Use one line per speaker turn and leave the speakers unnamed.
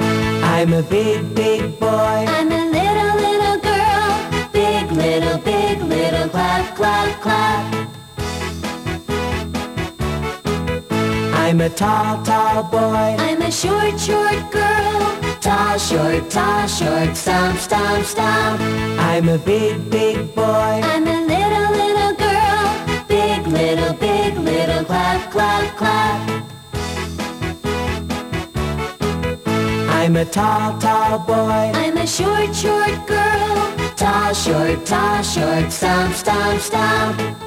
I'm a big, big boy.
I'm a little, little girl. Big, little, big, little clap, clap, clap.
I'm a tall, tall boy.
I'm a short, short girl. Tall, short, tall, short, stomp, stomp, stomp.
I'm a big, big boy.
I'm a little, little girl. Big, little, big, little clap, clap, clap.
I'm a tall, tall boy.
I'm a short, short girl. Tall, short, tall, short, stomp, stomp, stomp.